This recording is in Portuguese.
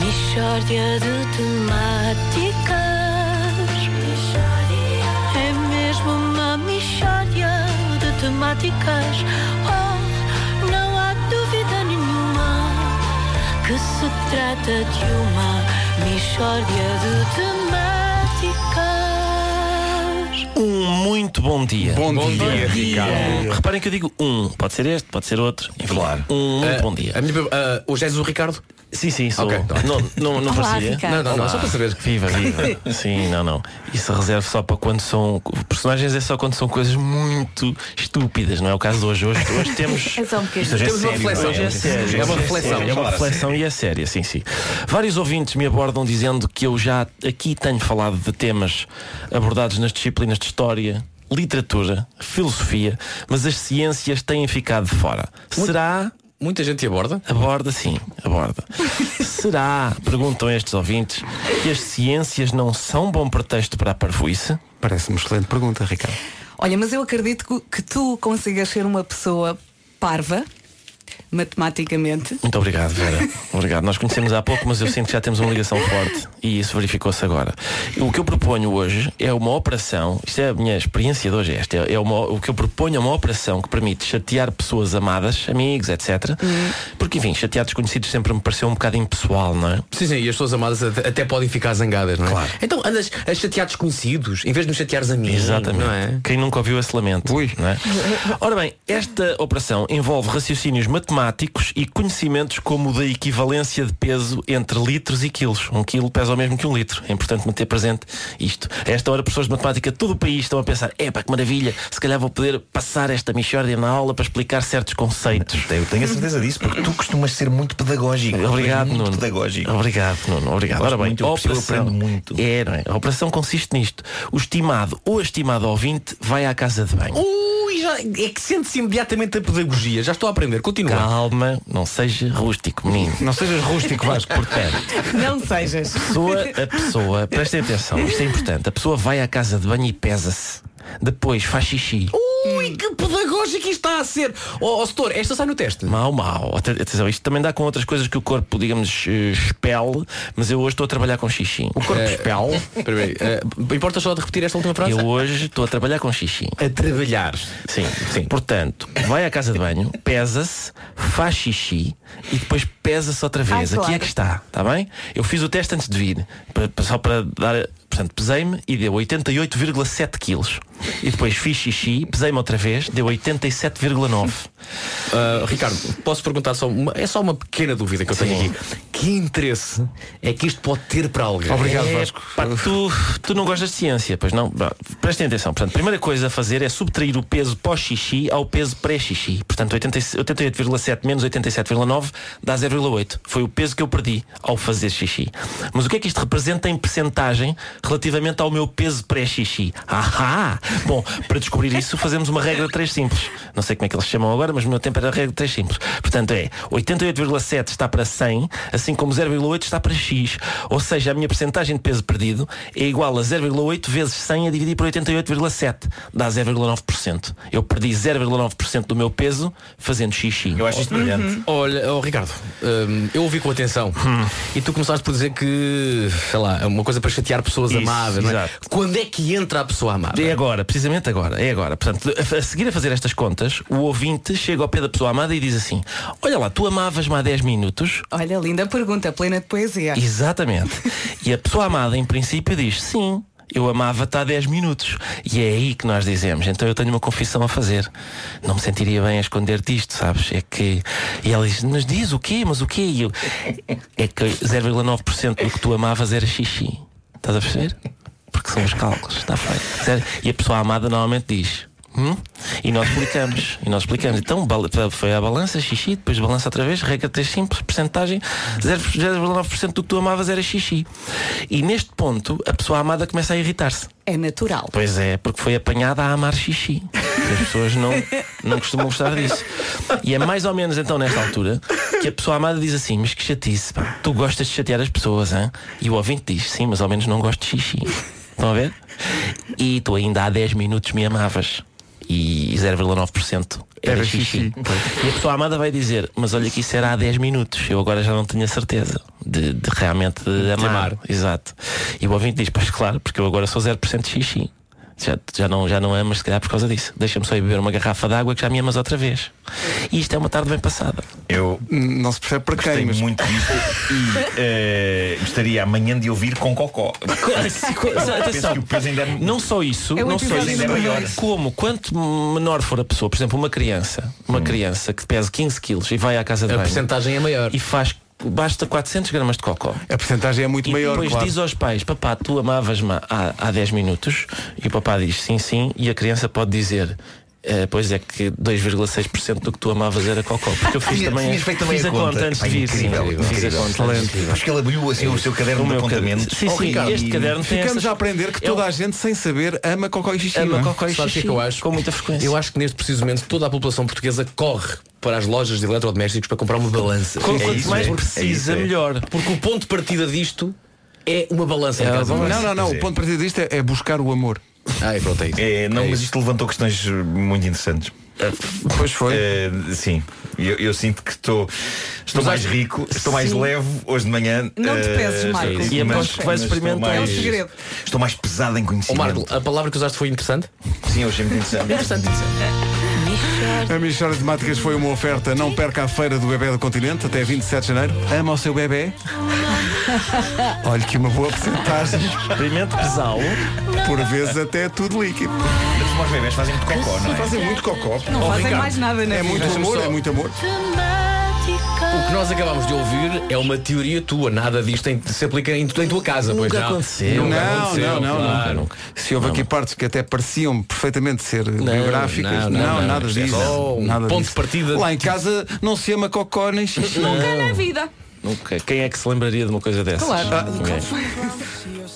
Mistória de temáticas. É mesmo uma mistória de temáticas. Oh, não há dúvida nenhuma que se trata de uma mistória de temáticas. Um muito bom dia. Bom, dia, dia, Ricardo. Reparem que eu digo um, pode ser este, pode ser outro. Enfim, Claro. Um muito Ah, bom dia. a minha pergu- ah, hoje és o Ricardo? Sim, sim, sou. Ok, tá. Não, não, não Olá, parecia. Ricardo. Não, não, não, só para saber. Viva, viva. Sim, não, não. Isso reserva só para quando são. Personagens é só quando são coisas muito estúpidas, não é o caso de hoje. Hoje, hoje temos. É só um bocadinho. Isto hoje é Temos uma sério, reflexão. hoje é sério, É uma hoje reflexão. sério, É uma reflexão e é séria, sim, sim. Vários ouvintes me abordam dizendo que eu já aqui tenho falado de temas abordados nas disciplinas de História. Literatura, filosofia, mas as ciências têm ficado de fora. Será Muita gente te aborda? Aborda sim, aborda. Será, perguntam estes ouvintes, que as ciências não são bom pretexto para a parvoíce? Parece-me excelente pergunta, Ricardo. Olha, mas eu acredito que- que tu consigas ser uma pessoa parva, matematicamente. Muito obrigado, Vera. Obrigado. Nós conhecemos há pouco, mas eu sinto que já temos uma ligação forte e isso verificou-se agora. O que eu proponho hoje é uma operação, isto é a minha experiência de hoje, é esta, é uma, o que eu proponho é uma operação que permite chatear pessoas amadas, amigos, etc. Porque, enfim, chatear desconhecidos sempre me pareceu um bocado impessoal, não é? Sim, sim, e as pessoas amadas até, até podem ficar zangadas, não é? Claro. Então andas a chatear desconhecidos, em vez de nos chateares a mim. Exatamente. Não é? Quem nunca ouviu esse lamento? Ui. não é? Ora bem, esta operação envolve raciocínios matemáticos e conhecimentos como o da equivalência de peso entre litros e quilos. Um quilo pesa o mesmo que um litro. É importante manter presente isto. A esta hora, pessoas de matemática de todo o país estão a pensar: epá, que maravilha, se calhar vou poder passar esta mixórdia na aula para explicar certos conceitos. Eu tenho a certeza disso, porque tu costumas ser muito pedagógico. Obrigado, muito Nuno. pedagógico. Obrigado, Nuno. Obrigado. Gosto Ora bem, muito, a eu percebo, operação, aprendo muito. É, não é? A operação consiste nisto. O estimado ou a estimada ouvinte vai à casa de banho. Ui, já, é que sente-se imediatamente a pedagogia. Já estou a aprender. Continua. Calma, não seja rústico, menino. Não sejas rústico, Vasco. Portanto, Não sejas. a pessoa, a pessoa, prestem atenção, isto é importante. A pessoa vai à casa de banho e pesa-se. Depois faz xixi. Ui, que pedagógico isto está a ser. Ó, oh, setor, esta sai no teste. Mal, mal. Ate- Atenção, isto também dá com outras coisas que o corpo, digamos, eh, expele, mas eu hoje estou a trabalhar com xixi. O corpo espel. Espera aí, eh, importa só de repetir esta última frase? Eh, Eu hoje estou a trabalhar com xixi. A trabalhar. Sim, sim. Portanto, vai à casa de banho, pesa-se, faz xixi e depois pesa-se outra vez. Ah, Aqui é claro. que está, está bem? Eu fiz o teste antes de vir, pa- pa- só para dar. Portanto, pesei-me e deu 88,7 quilos. E depois fiz xixi, pesei-me outra vez, deu 87,9. Ah, Ricardo, posso perguntar só uma. É só uma pequena dúvida que eu tenho Sim. aqui. Que interesse é que isto pode ter para alguém? Obrigado, É, Vasco. pá, tu, tu não gostas de ciência, pois não? Bom, Prestem atenção. Portanto, a primeira coisa a fazer é subtrair o peso pós-xixi ao peso pré-xixi. Portanto, 80 88,7 menos 87,9 dá 0,8. Foi o peso que eu perdi ao fazer xixi. Mas o que é que isto representa em percentagem relativamente ao meu peso pré-xixi? Ahá! Bom, para descobrir isso, fazemos uma regra de 3 simples. Não sei como é que eles chamam agora, mas no meu tempo era a regra de 3 simples. Portanto, é 88,7 está para 100, assim como 0,8 está para X. Ou seja, a minha percentagem de peso perdido é igual a 0,8 vezes 100 a dividir por 88,7. Dá 0,9%. Eu perdi 0,9% do meu peso fazendo xixi. Eu acho isto brilhante. Olha, oh, Ricardo, hum, eu ouvi com atenção Hum. e tu começaste por dizer que, sei lá, é uma coisa para chatear pessoas Isso, amadas. não é? exato. Quando é que entra a pessoa amada? É agora, precisamente agora, é agora. Portanto, a a seguir a fazer estas contas, o ouvinte chega ao pé da pessoa amada e diz assim: Olha lá, tu amavas-me há 10 minutos, Olha, linda pergunta, plena de poesia. Exatamente. e a pessoa amada, em princípio, diz sim. Eu amava-te há 10 minutos. E é aí que nós dizemos. Então eu tenho uma confissão a fazer. Não me sentiria bem a esconder-te isto, sabes? É que. E ela diz: Mas diz o quê? Mas o quê? E eu. É que 0,9% do que tu amavas era xixi. Estás a perceber? Porque são os cálculos. Está feito. Zero- E a pessoa amada normalmente diz. Hum? E nós explicamos, e nós explicamos. Então bal- foi a balança, xixi, depois balança outra vez, regra 3 simples, percentagem, 0,9% do que tu amavas era xixi. E neste ponto a pessoa amada começa a irritar-se. É natural. Pois é, porque foi apanhada a amar xixi. E As pessoas não, não costumam gostar disso. E é mais ou menos então nesta altura que a pessoa amada diz assim: Mas que chatice, pá, tu gostas de chatear as pessoas, hein? E o ouvinte diz: Sim, mas ao menos não gosto de xixi. Estão a ver? E tu ainda há 10 minutos me amavas. E 0,9% Era Era xixi. xixi. E a pessoa amada vai dizer, mas olha que isso era há 10 minutos, eu agora já não tenho a certeza de, de realmente de amar. amar. Exato. E o ouvinte diz, pois claro, porque eu agora sou 0% xixi. Já, já, não, já não amas, se calhar por causa disso. Deixa-me só ir beber uma garrafa de água que já me amas outra vez. E isto é uma tarde bem passada. Eu Não se percebe para gostei quem, mas muito disto e eh, gostaria amanhã de ouvir com cocó. Ah, Penso que o peso ainda é Não só isso, É o não só episódio isso, número dois. como quanto menor for a pessoa, por exemplo, uma criança, uma criança que pesa 15 quilos e vai à casa de Hum. A banho porcentagem é maior. e faz basta 400 gramas de cocó. a porcentagem é muito E maior, depois claro. diz aos pais, papá, tu amavas-me há, há 10 minutos, e o papá diz sim, sim, e a criança pode dizer. "Eh, pois é que 2,6% do que tu amavas era cocó Porque eu fiz Tinha- também, tinhas feito também fiz a a conta, conta. antes Pá, de vir incrível, sim, Fiz incrível. a conta antes de vir. Acho que ele abriu assim o seu caderno O de meu apontamentos. caderno. Sim, Oh, sim, Ricardo, este e- caderno tem Ficamos essas- a aprender que É toda um- a gente, sem saber, ama cocó e xixi. não ama é? cocó e Sabes o que é xixi que eu acho? com muita frequência. Eu acho que neste preciso momento toda a população portuguesa corre para as lojas de eletrodomésticos para comprar uma balança. Com- É Quanto isso, mais é. É isso, precisa, é. melhor. Porque o ponto de partida disto é uma balança É em casa. uma de Não, banho. não, não. O ponto de partida disto é, é buscar o amor. Ai, pronto, é isso. É, É não, mas isso. isto levantou questões eh, muito interessantes. Pois É. foi. Eh, sim, eu, eu sinto que estou, estou Mas mais acho- rico, estou mais Sim. leve hoje de manhã. Não te eh, peses, Marco. estou- E mas- aposto que vais mas estou experimentar. mais- É o segredo. Estou mais pesado em Ó conhecimento. Marco, a palavra que usaste foi interessante? Sim, hoje é muito interessante. A Michórdia de Temáticas foi uma oferta. Não perca a feira do bebê do continente até 27 de janeiro. Ama o seu bebê. Olha que uma boa porcentagem. Experimento pesá-lo. Por vezes até é tudo líquido. Mas os meus bebés fazem muito cocó, não é? Fazem muito cocó. Não fazem mais nada na É vida. muito amor, só- é muito amor. O que nós acabámos de ouvir é uma teoria tua. Nada disto tem- se aplica em, em tua casa, pois Nunca não. aconteceu. Nunca Não, aconteceu, não, não, claro. nunca. Se houve aqui partes que até pareciam perfeitamente ser biográficas, não, não, não, não. nada Isto é disso. só um nada ponto disso. de partida. Lá em casa não se ama cocó nem xixi. Nunca na vida. Ah, Nunca. Quem é que se lembraria de uma coisa dessas? Claro. Ninguém.